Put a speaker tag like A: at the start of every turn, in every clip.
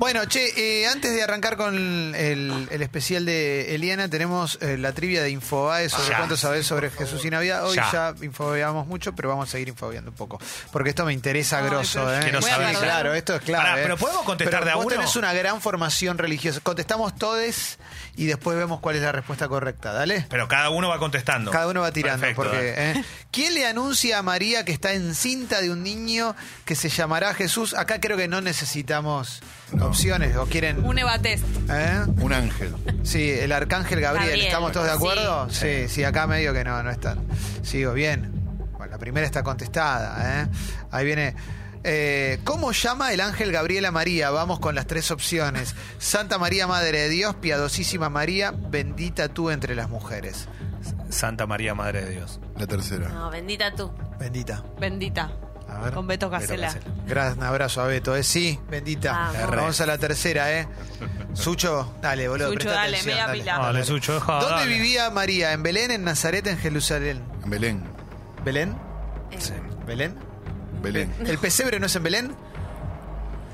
A: Bueno, che, eh, antes de arrancar con el, el especial de Eliana, tenemos eh, la trivia de Infobae sobre
B: Ya.
A: cuánto sabés sobre Jesús y Navidad. Hoy ya,
B: Ya.
A: infobeamos mucho, pero vamos a seguir infobeando un poco. Porque esto me interesa
C: Ay,
A: grosso,
C: pero
A: ¿eh?
B: quiero
A: Sí,
B: saber.
A: claro, esto es clave.
B: Pará,
A: ¿eh?
B: pero ¿podemos contestar
A: Pero
B: de a
A: vos
B: uno?
A: tenés una gran formación religiosa. Contestamos todes y después vemos cuál es la respuesta correcta, ¿dale?
B: Pero cada uno va contestando.
A: Cada uno va tirando.
B: Perfecto,
A: porque,
B: dale.
A: ¿eh? ¿Quién le anuncia a María que está encinta de un niño que se llamará Jesús? Acá creo que no necesitamos opciones. ¿O quieren.?
C: Un evatest.
A: ¿eh?
D: Un ángel.
A: Sí, el arcángel Gabriel.
C: Gabriel.
A: ¿Estamos todos de acuerdo?
C: Sí.
A: Sí, sí, acá medio que no, no están. Sigo, bien. Bueno, la primera está contestada. ¿eh? Ahí viene. eh, ¿Cómo llama el ángel Gabriel a María? Vamos con las tres opciones. Santa María, Madre de Dios, piadosísima María, bendita tú entre las mujeres.
B: Santa María, Madre de Dios.
D: La tercera.
E: No, bendita tú.
A: Bendita.
C: Bendita.
A: A ver.
C: Con Beto Casela.
B: Casela.
A: Gracias, un abrazo a Beto, ¿eh? Sí, bendita.
E: Vamos.
A: Vamos a la tercera, ¿eh? Sucho, dale, boludo.
C: Sucho,
A: presta
C: dale,
A: atención,
C: media pila.
E: Ah,
B: Dale, Sucho,
F: Ah,
B: deja,
A: ¿Dónde
B: dale.
A: vivía María? ¿En Belén, en Nazaret, en Jerusalén?
D: En Belén.
A: ¿Belén?
E: Eh,
A: ¿Belén?
D: Belén.
A: ¿El pesebre no es en Belén?
C: Ah,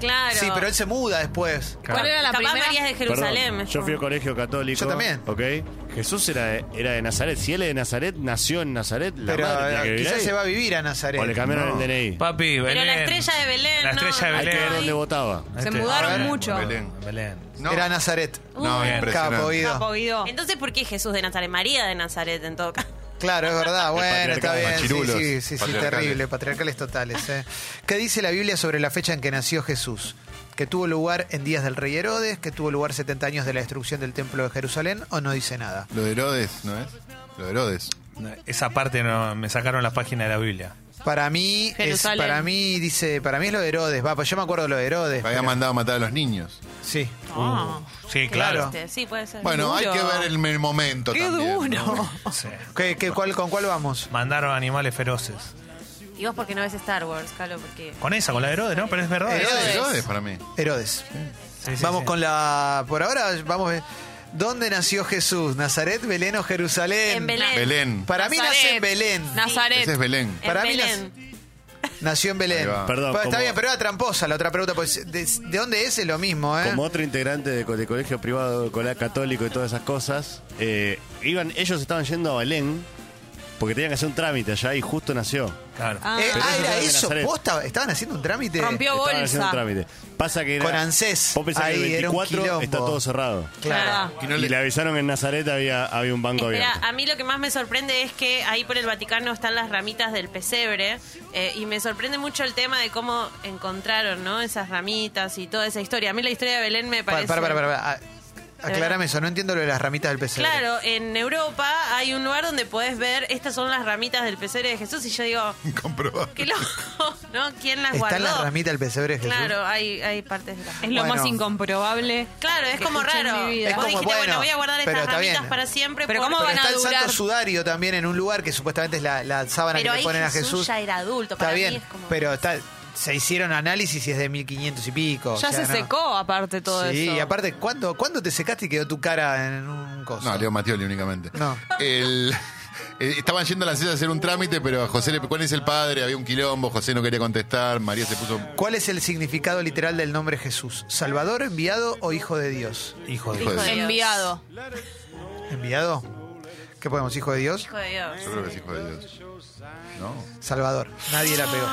E: Claro.
A: Sí, pero él se muda después.
C: ¿Cuál era la
E: Capaz
C: primera?
E: María es de
F: Perdón,
E: Jerusalén.
F: yo fui a colegio católico.
A: Yo también.
F: ¿Ok? Jesús era de, era de Nazaret. Si él es de Nazaret, nació en Nazaret, la
A: Pero
F: madre tenía que
A: eh,
F: vivir
A: quizás
F: ahí.
A: se va a vivir a Nazaret.
F: O le cambiaron
D: No.
F: el DNI.
B: Papi, Belén.
E: Pero la estrella de Belén.
B: La estrella de
E: no,
F: Hay que ver
B: Belén.
F: dónde votaba.
C: Se
B: Este,
A: a
C: mudaron
A: ver.
C: mucho.
D: Belén.
B: Belén.
D: No,
A: Era Nazaret.
D: no,
B: Uy.
D: impresionante.
A: Capo, Guido.
C: Capo, Guido.
E: Entonces, ¿por qué Jesús de Nazaret? María de Nazaret, en todo caso.
A: Claro, es verdad. Bueno, está
F: patriarcado.
A: bien. Sí,
D: Machirulos.
A: sí, sí, sí,
D: Patriarcales.
A: terrible. Patriarcales totales. eh. ¿Qué dice la Biblia sobre la fecha en que nació Jesús? ¿Que tuvo lugar en días del rey Herodes? ¿Que tuvo lugar 70 años de la destrucción del templo de Jerusalén? ¿O no dice nada?
D: Lo de Herodes, ¿no es? Lo de Herodes.
B: Esa parte no, me sacaron la página de la Biblia.
A: Para mí, es,
C: Jerusalén.
A: para mí dice, para mí es lo de Herodes. Va, pues yo me acuerdo lo de Herodes.
D: Había
A: pero-
D: mandado a matar a los niños.
A: Sí.
E: Ah,
B: Sí,
A: Claro.
B: claro.
E: este, Sí, puede ser.
D: Bueno, hay que ver el, el momento
C: Qué
D: también.
C: duro.
D: ¿no?
B: Sí.
A: ¿Qué- qué- cuál- ¿Con cuál vamos?
B: Mandaron animales feroces.
E: Y vos porque no ves Star Wars, Calo, porque...
B: Con esa, con la de Herodes, ¿no? Pero es verdad.
A: Herodes. Eh.
D: Herodes para mí.
A: Herodes.
B: Sí, sí,
A: vamos
B: sí.
A: con la. Por ahora, vamos. eh, ¿Dónde nació Jesús? ¿Nazaret, Belén o Jerusalén?
E: En Belén.
D: Belén.
A: Para mí nace en Belén.
C: Nazaret.
D: Ese es Belén.
E: En
A: Para mí
E: Belén.
A: Nació en Belén.
D: Ahí va.
F: Perdón,
A: Pero está
F: como-
A: bien, pero era tramposa la otra pregunta. Pues, de, de dónde es? Es lo mismo, ¿eh?
F: Como otro integrante de, co- de colegio privado, colegio católico y todas esas cosas, eh, iban, ellos estaban yendo a Belén porque tenían que hacer un trámite allá y justo nació.
B: Claro.
C: Ah.
A: Eh,
F: Pero
A: ah,
F: eso
A: era
F: era de
A: eso.
F: Nazaret.
A: Posta, estaban haciendo un trámite.
C: Rompió- Yo
F: Estaban
C: bolsa.
F: haciendo un trámite. Pasa que era,
A: Con ANSES.
F: Vos pensás que el
A: Ahí era un
F: 24 está
A: quilombo.
F: todo cerrado.
E: Ah,
A: Claro.
D: Y no
F: y
D: le-
F: le avisaron en Nazaret había, había un banco
E: Espera,
F: abierto.
E: a mí lo que más me sorprende es que ahí por el Vaticano están las ramitas del pesebre eh, y me sorprende mucho el tema de cómo encontraron, ¿no? Esas ramitas y toda esa historia. A mí la historia de Belén me
A: Para,
E: parece...
A: para, para, para. Ah, Aclárame eso, no entiendo lo de las ramitas del pesebre.
E: Claro, en Europa hay un lugar donde podés ver, estas son las ramitas del pesebre de Jesús y yo digo,
D: Comprobado.
E: qué loco, ¿no? ¿Quién las
A: ¿Están
E: guardó?
A: las ramitas del pesebre de Jesús?
E: Claro, hay, hay partes de las
C: Es lo
A: Bueno.
C: más incomprobable.
E: Claro, es
C: que
E: como
C: escuché en
E: raro.
C: mi vida.
A: Es
E: Vos
A: como,
E: dijiste, bueno,
A: bueno,
E: voy a guardar
A: pero
E: estas
A: está
E: ramitas
A: bien.
E: para siempre.
C: Pero ¿cómo
A: Pero
E: porque-
C: van a
A: está el
C: durar?
A: Santo Sudario también en un lugar que supuestamente es la, la sábana que
E: Pero
A: le
E: ahí
A: ponen a
E: Jesús
A: Jesús.
E: ya era adulto,
A: Está
E: para mí
A: bien,
E: es como-
A: pero está- se hicieron análisis y es de 1500 y pico. o
C: Ya
A: sea,
C: se
A: no.
C: secó, aparte todo
A: sí,
C: eso.
A: y aparte, ¿cuándo, ¿cuándo te secaste y quedó tu cara en un coso?
D: No, Leo Matioli únicamente.
A: No.
D: El- eh, estaban yendo a la silla a hacer un trámite, pero a José le ¿cuál es el padre? Había un quilombo, José no quería contestar, María se puso
A: ¿Cuál es el significado literal del nombre Jesús? ¿Salvador, enviado o hijo de Dios?
B: Hijo de
D: hijo de Dios.
C: Enviado.
A: ¿Enviado? ¿Qué podemos? ¿Hijo de Dios?
E: Hijo de Dios.
D: Yo creo que es hijo de Dios. No.
A: Salvador. Nadie la pegó.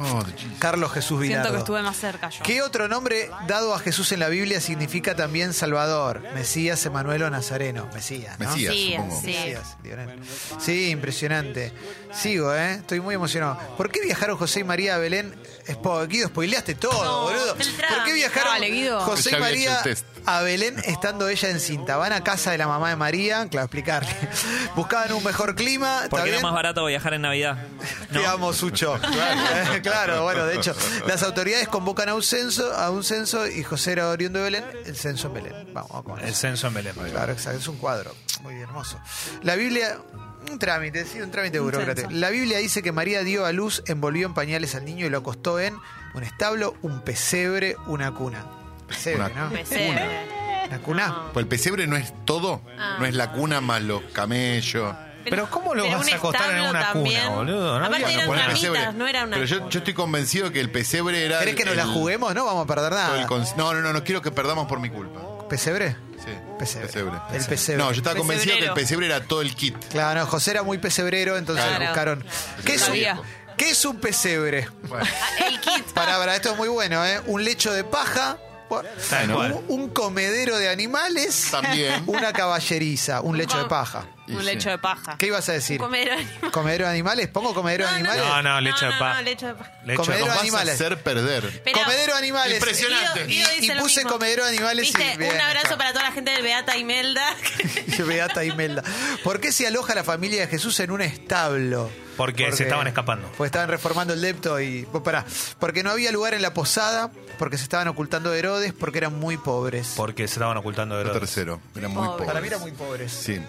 D: Oh, Jesus.
A: Carlos Jesús
C: Siento
A: Vilardo.
C: que estuve más cerca yo.
A: ¿Qué otro nombre dado a Jesús en la Biblia significa también Salvador? Mesías, Emanuel o Nazareno. Mesías, ¿no?
D: Mesías,
E: Sí,
D: supongo.
E: sí.
A: Mesías, Lionel. Sí, impresionante. Sigo, ¿eh? Estoy muy emocionado. ¿Por qué viajaron José y María a Belén? Espo- Guido, spoileaste todo,
E: No,
A: boludo.
E: el
A: ¿Por qué
E: trámite.
A: viajaron
C: Dale, Guido.
A: José
D: Ya
A: y
D: había hecho
A: María
D: el test.
A: a Belén estando ella encinta? Van a casa de la mamá de María, claro, explicarle. Buscaban un mejor clima. ¿está
G: Porque era
A: bien?
G: más barato viajar en Navidad.
A: Te amo, Sucho. Claro. bueno, de hecho, las autoridades convocan a un censo, a un censo y José era oriundo de Belén, el censo en Belén. Vamos con
B: El
A: eso.
B: censo en Belén.
A: Claro, exacto, es un cuadro muy hermoso. La Biblia, un trámite, sí, un trámite burócrata.
C: censo.
A: La Biblia dice que María dio a luz, envolvió en pañales al niño y lo acostó en un establo, un pesebre, una cuna. Pesebre,
D: Una
A: ¿no?
E: Pesebre.
A: Una cuna.
E: Ah.
D: Pues el pesebre no es todo, no es la cuna más los camellos.
B: Pero ¿cómo lo
E: Pero
B: vas
E: un
B: a acostar en
E: establo
B: una
E: también.
B: cuna, boludo? No
E: Aparte
B: había
E: eran
B: una
E: ramitas,
B: cuna.
E: no era una
D: Pero yo, yo estoy convencido que el pesebre era.
A: ¿Querés que nos
D: el-
A: la juguemos? Ah. No vamos a perder
D: todo el
A: nada.
D: cons- no, no, no, no quiero que perdamos por mi culpa.
A: ¿Pesebre?
D: Sí.
A: Pesebre. El pesebre.
D: No, yo estaba convencido que el
E: Pesebrero.
D: pesebre era todo el kit.
A: Claro, no, José era muy pesebrero, entonces
D: Claro.
A: buscaron. ¿Qué es,
C: Sabía.
A: un, ¿Qué es un pesebre?
D: Bueno,
E: Ah, El kit.
A: Pará, pará, esto es muy bueno, ¿eh? Un lecho de paja,
B: Tal cual.
A: un, un comedero de animales,
D: también.
A: una caballeriza, un lecho de paja.
D: Y
E: Un
D: sí.
E: lecho de paja.
A: ¿Qué ibas a decir?
E: Comedero de animales.
A: ¿Comedero de animales? ¿Pongo comedero de animales?
B: No, no, leche de paja.
E: No, leche de paja.
B: Le echo-
A: Comedero
D: Nos vas
A: animales.
D: a hacer perder.
E: Pero-
A: comedero de animales.
D: Impresionante.
E: Guido- Guido
A: Y-
E: dice
A: y
E: lo
A: puse
E: mismo.
A: comedero de animales y-
E: Viste,
A: bien,
E: un abrazo
A: está.
E: para toda la gente del Beata Imelda.
A: Beata Imelda. ¿Por qué se aloja la familia de Jesús en un establo?
B: Porque se estaban escapando.
A: Porque estaban reformando el depto y. vos Pará. Porque no había lugar en la posada, porque se estaban ocultando de Herodes, porque eran muy pobres.
B: Porque se estaban ocultando de
D: Lo
B: Herodes.
D: tercero. Era muy
E: Pobre.
D: pobre.
A: Para mí eran muy pobres.
D: Sí.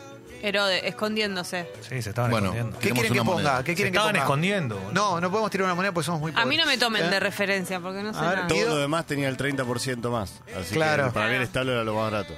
C: Herodes, escondiéndose.
B: Sí, se estaban
D: Bueno,
B: escondiendo.
A: ¿Qué
D: Tenemos
A: quieren que
D: una
A: ponga?
D: moneda.
A: ¿Qué
B: Se
A: quieren
B: estaban
A: que ponga?
B: escondiendo. boludo.
A: No, no podemos tirar una moneda porque somos muy pobres.
C: A mí no me tomen
A: ¿Eh?
C: de referencia porque no sé
A: A ver,
C: nada.
A: Guido-
F: Todo lo demás tenía el 30% más. Así
A: Claro.
F: que para mí el establo era lo más barato.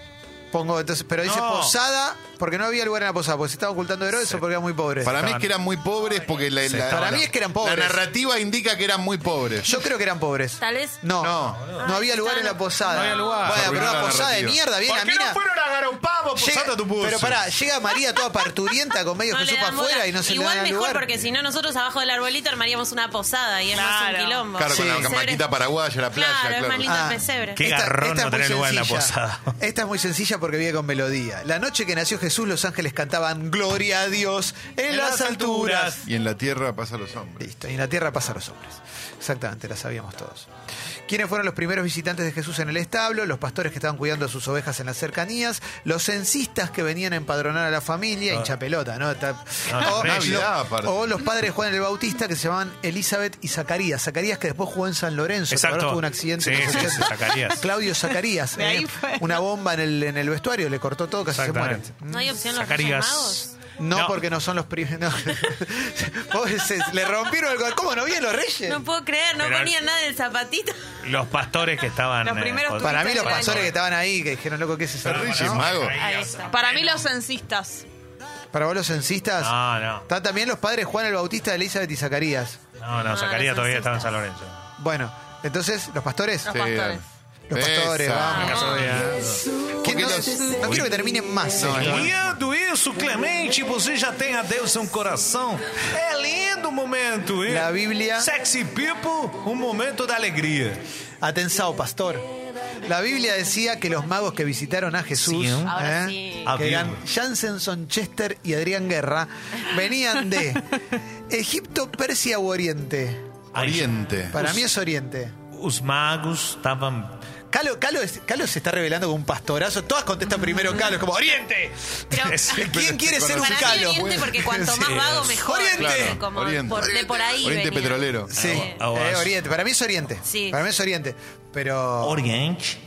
A: Pongo entonces, pero dice
B: No.
A: posada, porque no había lugar en la posada, porque se estaba ocultando de Herodes o porque eran muy pobres.
D: Para mí es
B: estaban-
D: que eran muy pobres porque la,
B: Se
D: la-
B: estaban-
A: Para mí es que eran pobres.
D: la narrativa indica que eran muy pobres.
A: Yo creo que eran pobres.
E: Tal vez.
A: No,
D: No,
A: no, había lugar en la posada.
B: No había lugar.
A: Bueno,
D: Arruinó
A: pero una
D: la
A: posada de
D: narrativa.
A: mierda, bien la mina.
B: a agarrar un pavo
D: pues,
A: Llega- pero pará, llega María toda parturienta con medio
E: No le
A: Jesús
E: dan
A: para afuera
E: bola.
A: y no se
E: Igual
A: le da
E: mejor
A: lugar.
E: porque si no nosotros abajo del arbolito armaríamos una posada y es más
C: Claro.
E: un quilombo.
D: Claro, Ah,
A: Sí.
D: con la maquita paraguaya, la playa,
E: Claro,
D: claro.
E: es más lindo el pesebre.
B: Qué garrón no
A: es muy
B: tener lugar en la
A: sencilla.
B: posada.
A: Esta es muy sencilla porque vive con melodía. La noche que nació Jesús, los ángeles cantaban Gloria a Dios en,
B: En
A: las,
B: las
A: alturas.
B: alturas.
D: Y en la tierra pasa a los hombres.
A: Listo, y en la tierra pasa a los hombres. Exactamente, la sabíamos todos. ¿Quiénes fueron los primeros visitantes de Jesús en el establo? Los pastores que estaban cuidando a sus ovejas en las cercanías, los censistas que venían a empadronar a la familia, hincha pelota, ¿no? Está-
B: Ah. No,
A: o,
D: Navidad, aparte.
A: o los padres de Juan el Bautista que se llamaban Elizabeth y Zacarías. Zacarías que después jugó en San Lorenzo,
B: Exacto.
A: que ahora tuvo un accidente.
B: Sí,
A: en los
B: sí,
A: 80.
B: sí, Zacarías.
A: Claudio Zacarías.
C: De ahí
A: eh,
C: fue.
A: una bomba en el, en el vestuario, le cortó todo, casi se muere.
B: Exactamente.
E: No hay opción los Reyes Magos.
B: Zacarías.
A: No, porque no son los primeros. le rompieron el. cor- ¿Cómo no vienen los reyes?
E: No puedo creer, no
B: Pero-
E: ponía nada del zapatito.
B: Los pastores que estaban. eh,
C: Los primeros
B: con-
A: Para mí los
C: Bueno.
A: pastores que estaban ahí, que dijeron, loco, ¿qué es eso?
D: Los Reyes
A: ¿No?
D: Magos.
E: Ahí está.
C: Para mí los censistas.
A: Para vos los censistas,
B: No, no.
A: están también los padres Juan el Bautista, Elizabeth y Zacarías.
B: No, no, Zacarías
E: los
B: todavía
E: censistas.
B: estaba en San Lorenzo.
A: Bueno, entonces, ¿los pastores?
C: Los pastores.
A: Los pastores,
D: Esa.
A: vamos. ¿Quién
D: Porque
A: no,
D: los-
A: no quiero que terminen más.
D: No,
A: esto,
D: no.
A: ¿eh?
B: Lindo isso, Clemente. Você já tem a Deus um coração. É lindo o momento, hein?
A: Na Bíblia.
B: Sexy people, um momento da alegria.
A: Atensao, pastor. La Biblia decía que los magos que visitaron a Jesús,
B: Sí, ¿eh?
E: Ahora
A: ¿eh?
E: sí.
B: Ah,
A: que eran
B: bien.
A: Jansen Sonchester y Adrián Guerra, venían de Egipto, Persia u Oriente.
D: Oriente.
A: Para mí es Oriente.
B: Os magos estavam.
A: Calo, Calo, es- Calo se está revelando como un pastorazo. Todas contestan primero Calo. Es como Oriente. ¿Quién quiere ser un
E: Para mí
A: Calo?
E: Oriente porque cuanto más
B: Sí.
E: vago mejor.
A: Oriente.
E: ¿viste? Como
D: Oriente.
E: por- de por ahí
D: Oriente
E: venía.
D: petrolero.
A: Sí,
E: Eh,
B: Ah, vos.
A: eh, Oriente. Para mí es Oriente.
E: Sí.
A: Para mí es Oriente. Pero.
B: Oriente.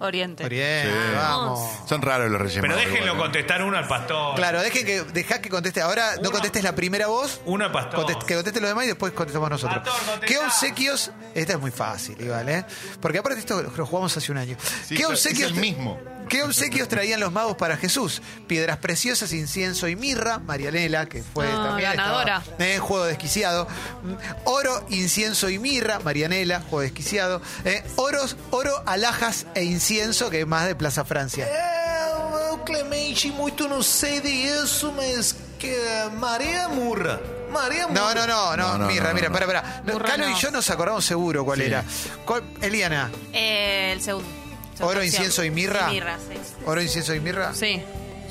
C: Oriente.
A: Oriente,
D: Sí.
A: vamos.
D: Son raros los Reyes
B: Pero
D: Magos,
B: déjenlo
D: igual, ¿eh?
B: contestar uno al pastor.
A: Claro, dejen que, dejá que conteste. Ahora no
B: Uno.
A: contestes la primera voz.
B: Uno al pastor.
A: contest- que conteste los demás y después contestamos nosotros.
B: Pastor, contestá.
A: ¿Qué obsequios? Esta es muy fácil, igual, ¿eh? Porque aparte esto lo jugamos hace un año.
D: Sí,
A: ¿Qué
D: es el
A: obsequios?
D: mismo.
A: ¿Qué obsequios traían los magos para Jesús? Piedras preciosas, incienso y mirra. Marianela, que fue
C: Ah,
A: también.
C: ganadora.
A: estaba, eh, juego desquiciado. Mm, Oro, incienso y mirra. Marianela, juego desquiciado. Eh, oros, oro, alhajas e incienso, que es más de Plaza Francia.
B: Eu, Clemente, muito não sei disso, mas que Maria Murra. Maria
A: No, no, no, no,
D: No, no,
A: Mirra,
D: no,
A: mira,
D: no.
A: pará, pará. No,
C: Burra
A: Calo y
C: no.
A: yo nos acordamos seguro cuál era. ¿Cuál- Eliana,
E: Eh, el segundo.
A: Oro, incienso y mirra.
E: Mirra, sí.
A: oro, incienso y mirra.
C: Sí.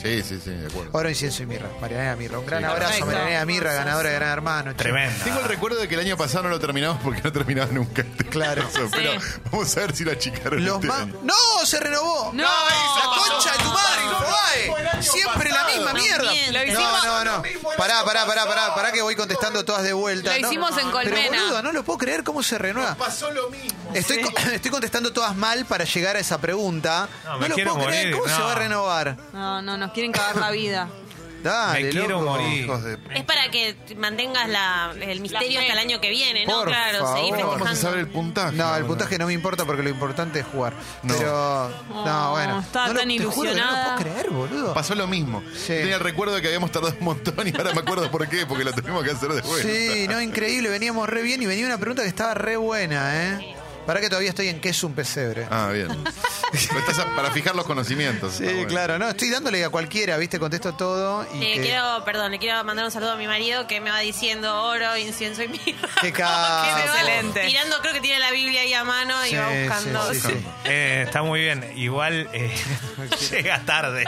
D: Sí, sí, sí, de acuerdo.
A: Oro, incienso y mirra. Marianela Mirra. Un gran abrazo,
C: perfecto.
A: Marianela Mirra, ganadora de Gran Hermano. che.
B: Tremenda.
D: Tengo el recuerdo de que el año pasado no lo terminamos porque no terminaba nunca.
A: Claro.
D: Eso, Pero vamos a ver si lo achicaron.
A: Los
D: este
A: ma-
D: año.
A: ¡No! ¡Se renovó!
C: No,
A: ¡La
C: eso pasó.
A: concha de tu madre, Infobae! Siempre la misma
E: No
A: mierda.
E: mientas. Lo
A: No,
E: hicimos-
A: no, no. Pará, pará, pará, pará, pará que voy contestando todas de vuelta.
C: Lo
A: No,
C: hicimos en
A: Pero
C: Colmena.
A: boludo, no lo puedo creer cómo se renueva.
D: Pasó lo mismo.
A: Estoy, co- estoy contestando todas mal para llegar a esa pregunta.
B: No,
A: No,
B: me
A: lo
B: quiero
A: puedo creer.
B: morir,
A: ¿Cómo se
B: no.
A: va a renovar?
C: No, no, nos quieren cagar la vida.
A: Dale,
B: Me quiero
A: loco,
B: morir.
A: hijos de-
E: Es para que mantengas la, el misterio
C: fe.
E: hasta el año que viene, ¿no?
A: Por
E: claro,
A: favor.
E: seguir
D: No vamos a
E: festejando.
D: saber el puntaje.
A: No, el
D: ahora.
A: puntaje no me importa porque lo importante es jugar.
D: Ah, No.
A: Pero. No,
C: Oh,
A: bueno.
C: estaba
A: no lo-
C: tan
A: te juro que
C: ilusionada.
A: no lo puedo creer, boludo.
D: Pasó lo mismo.
A: Sí.
D: Tenía el recuerdo de que habíamos tardado un montón y ahora me acuerdo por qué, porque lo tuvimos que hacer de vuelta.
A: Sí, no, increíble. Veníamos re bien y venía una pregunta que estaba re buena, ¿eh? Para que todavía estoy en qué es un pesebre.
D: Ah, bien. Lo estás a- para fijar los conocimientos.
A: sí,
D: Está bueno.
A: claro. No, estoy dándole a cualquiera, ¿viste? Contesto todo. Y
E: Le
A: que-
E: Eh, quiero, perdón, le quiero mandar un saludo a mi marido que me va diciendo oro, incienso y mirra.
A: Qué capo.
E: Como que me va
C: Excelente.
E: Tirando, creo que tiene la Biblia ahí a mano y
A: Sí,
E: va buscando.
A: sí, sí, sí.
B: Eh, está muy bien. Igual eh, llega tarde.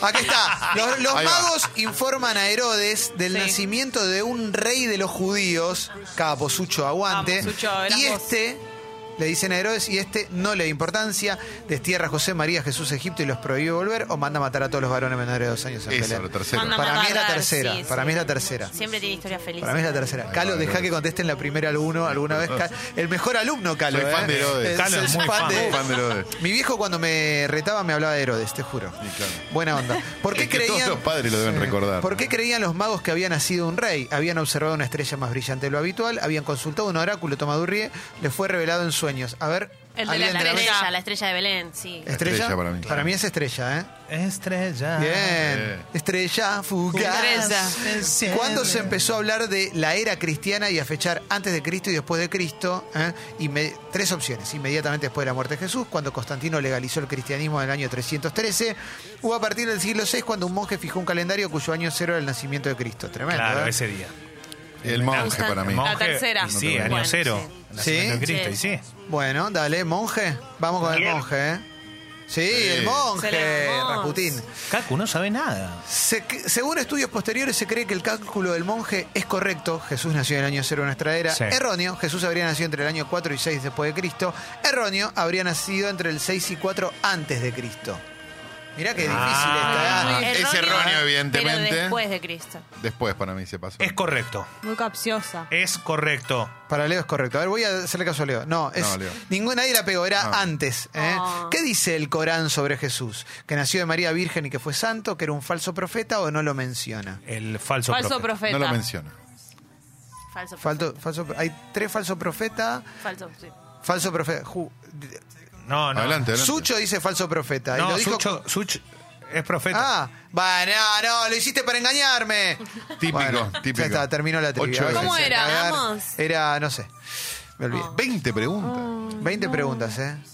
A: Aquí está. Los, los
D: Ahí va.
A: magos informan a Herodes del
C: Sí.
A: nacimiento de un rey de los judíos. Capo, Sucho, aguante.
C: Vamos, Sucho, eras
A: y
C: vos.
A: este, le dicen a Herodes, y este no le da importancia. Destierra a José María a Jesús a Egipto y los prohíbe volver o manda a matar a todos los varones menores de dos años en
D: Eso,
A: Belén.
D: lo tercero.
E: Manda-
A: Para mí es la
E: matar,
A: tercera.
E: sí,
A: para
E: sí.
A: mí es la tercera.
E: Siempre tiene historia feliz.
A: Para mí es la tercera.
D: Ahí
A: Calo,
D: va,
A: deja
D: Herodes.
A: que contesten la primera alguno, alguna vez. Ca- El mejor alumno, Calo.
D: Soy
A: ¿eh?
D: fan de Herodes.
A: Eh,
B: Calo
A: soy
B: es muy fan.
A: de-
D: Fan de Herodes.
A: Mi viejo cuando me retaba me hablaba de Herodes, te juro.
D: Sí, claro.
A: Buena onda. ¿Por qué
D: Es que
A: creían,
D: todos los padres lo deben recordar.
A: ¿Por qué creían los magos que había nacido un rey? Habían observado una estrella más brillante de lo habitual, habían consultado un oráculo Tomadurrie, les fue revelado en sueños. A ver,
C: El de
E: La,
A: ¿alguien
E: la
C: la
A: mesa?
E: estrella, la estrella de Belén, sí.
A: ¿Estrella?
D: Estrella para mí.
A: es estrella, ¿eh?
B: Estrella.
A: Bien.
D: bien.
A: Estrella fugaz.
B: Estrella.
A: ¿Cuándo se empezó a hablar de la era cristiana y a fechar antes de Cristo y después de Cristo? ¿eh? Inme- tres opciones. Inmediatamente después de la muerte de Jesús, cuando Constantino legalizó el cristianismo en el año 313, o a partir del siglo VI, cuando un monje fijó un calendario cuyo año cero era el nacimiento de Cristo. Tremendo.
B: Claro,
A: ¿eh?
B: ese día.
D: El monje para mí.
B: Monje,
C: La tercera.
B: y sí,
D: No te
B: año
E: bueno,
B: cero.
A: sí.
B: Nacimiento de Cristo,
E: Sí.
B: y sí.
A: Bueno, dale, monje. Vamos con el monje, ¿eh? Sí, el monje,
E: Excelente.
A: Raputín.
B: Cacu no sabe nada.
A: Se- según estudios posteriores se cree que el cálculo del monje es correcto. Jesús nació en el año cero de nuestra era.
B: Sí.
A: Erróneo. Jesús habría nacido entre el año 4 y 6 después de Cristo. Erróneo. Habría nacido entre el 6 y 4 antes de Cristo. Mirá qué difícil
B: Ah.
A: esta. ¿eh?
D: Es erróneo, evidentemente.
E: Pero después de Cristo.
D: Después para mí se pasó.
B: Es correcto.
C: Muy capciosa.
B: Es correcto.
A: Para Leo es correcto. A ver, voy a hacerle caso a Leo. No, es,
D: No, Leo.
A: ningún- nadie la pegó, era
D: No.
A: antes. ¿eh?
E: Oh.
A: ¿Qué dice el Corán sobre Jesús? ¿Que nació de María Virgen y que fue santo? ¿Que era un falso profeta o no lo menciona?
B: El falso,
C: Falso
B: profe.
C: profeta.
D: no lo menciona.
E: Falso.
A: Falto- falso, hay tres falsos profetas.
E: Falso. sí.
A: Falso profeta. ju-
B: No, no.
D: Adelante, adelante.
A: Sucho dice falso profeta. y
B: No,
A: lo dijo-
B: Sucho, Sucho es profeta.
A: Ah, bueno, no, lo hiciste para engañarme.
D: Típico,
A: Bueno,
D: típico.
A: Ya está, terminó la trivia.
D: Ocho
A: Ahora
D: veces.
E: ¿Cómo
A: sí,
E: era?
A: a ver,
E: Vamos. Oh,
A: Era, no sé. Me olvidé.
D: 20 preguntas.
A: 20 preguntas, ¿eh?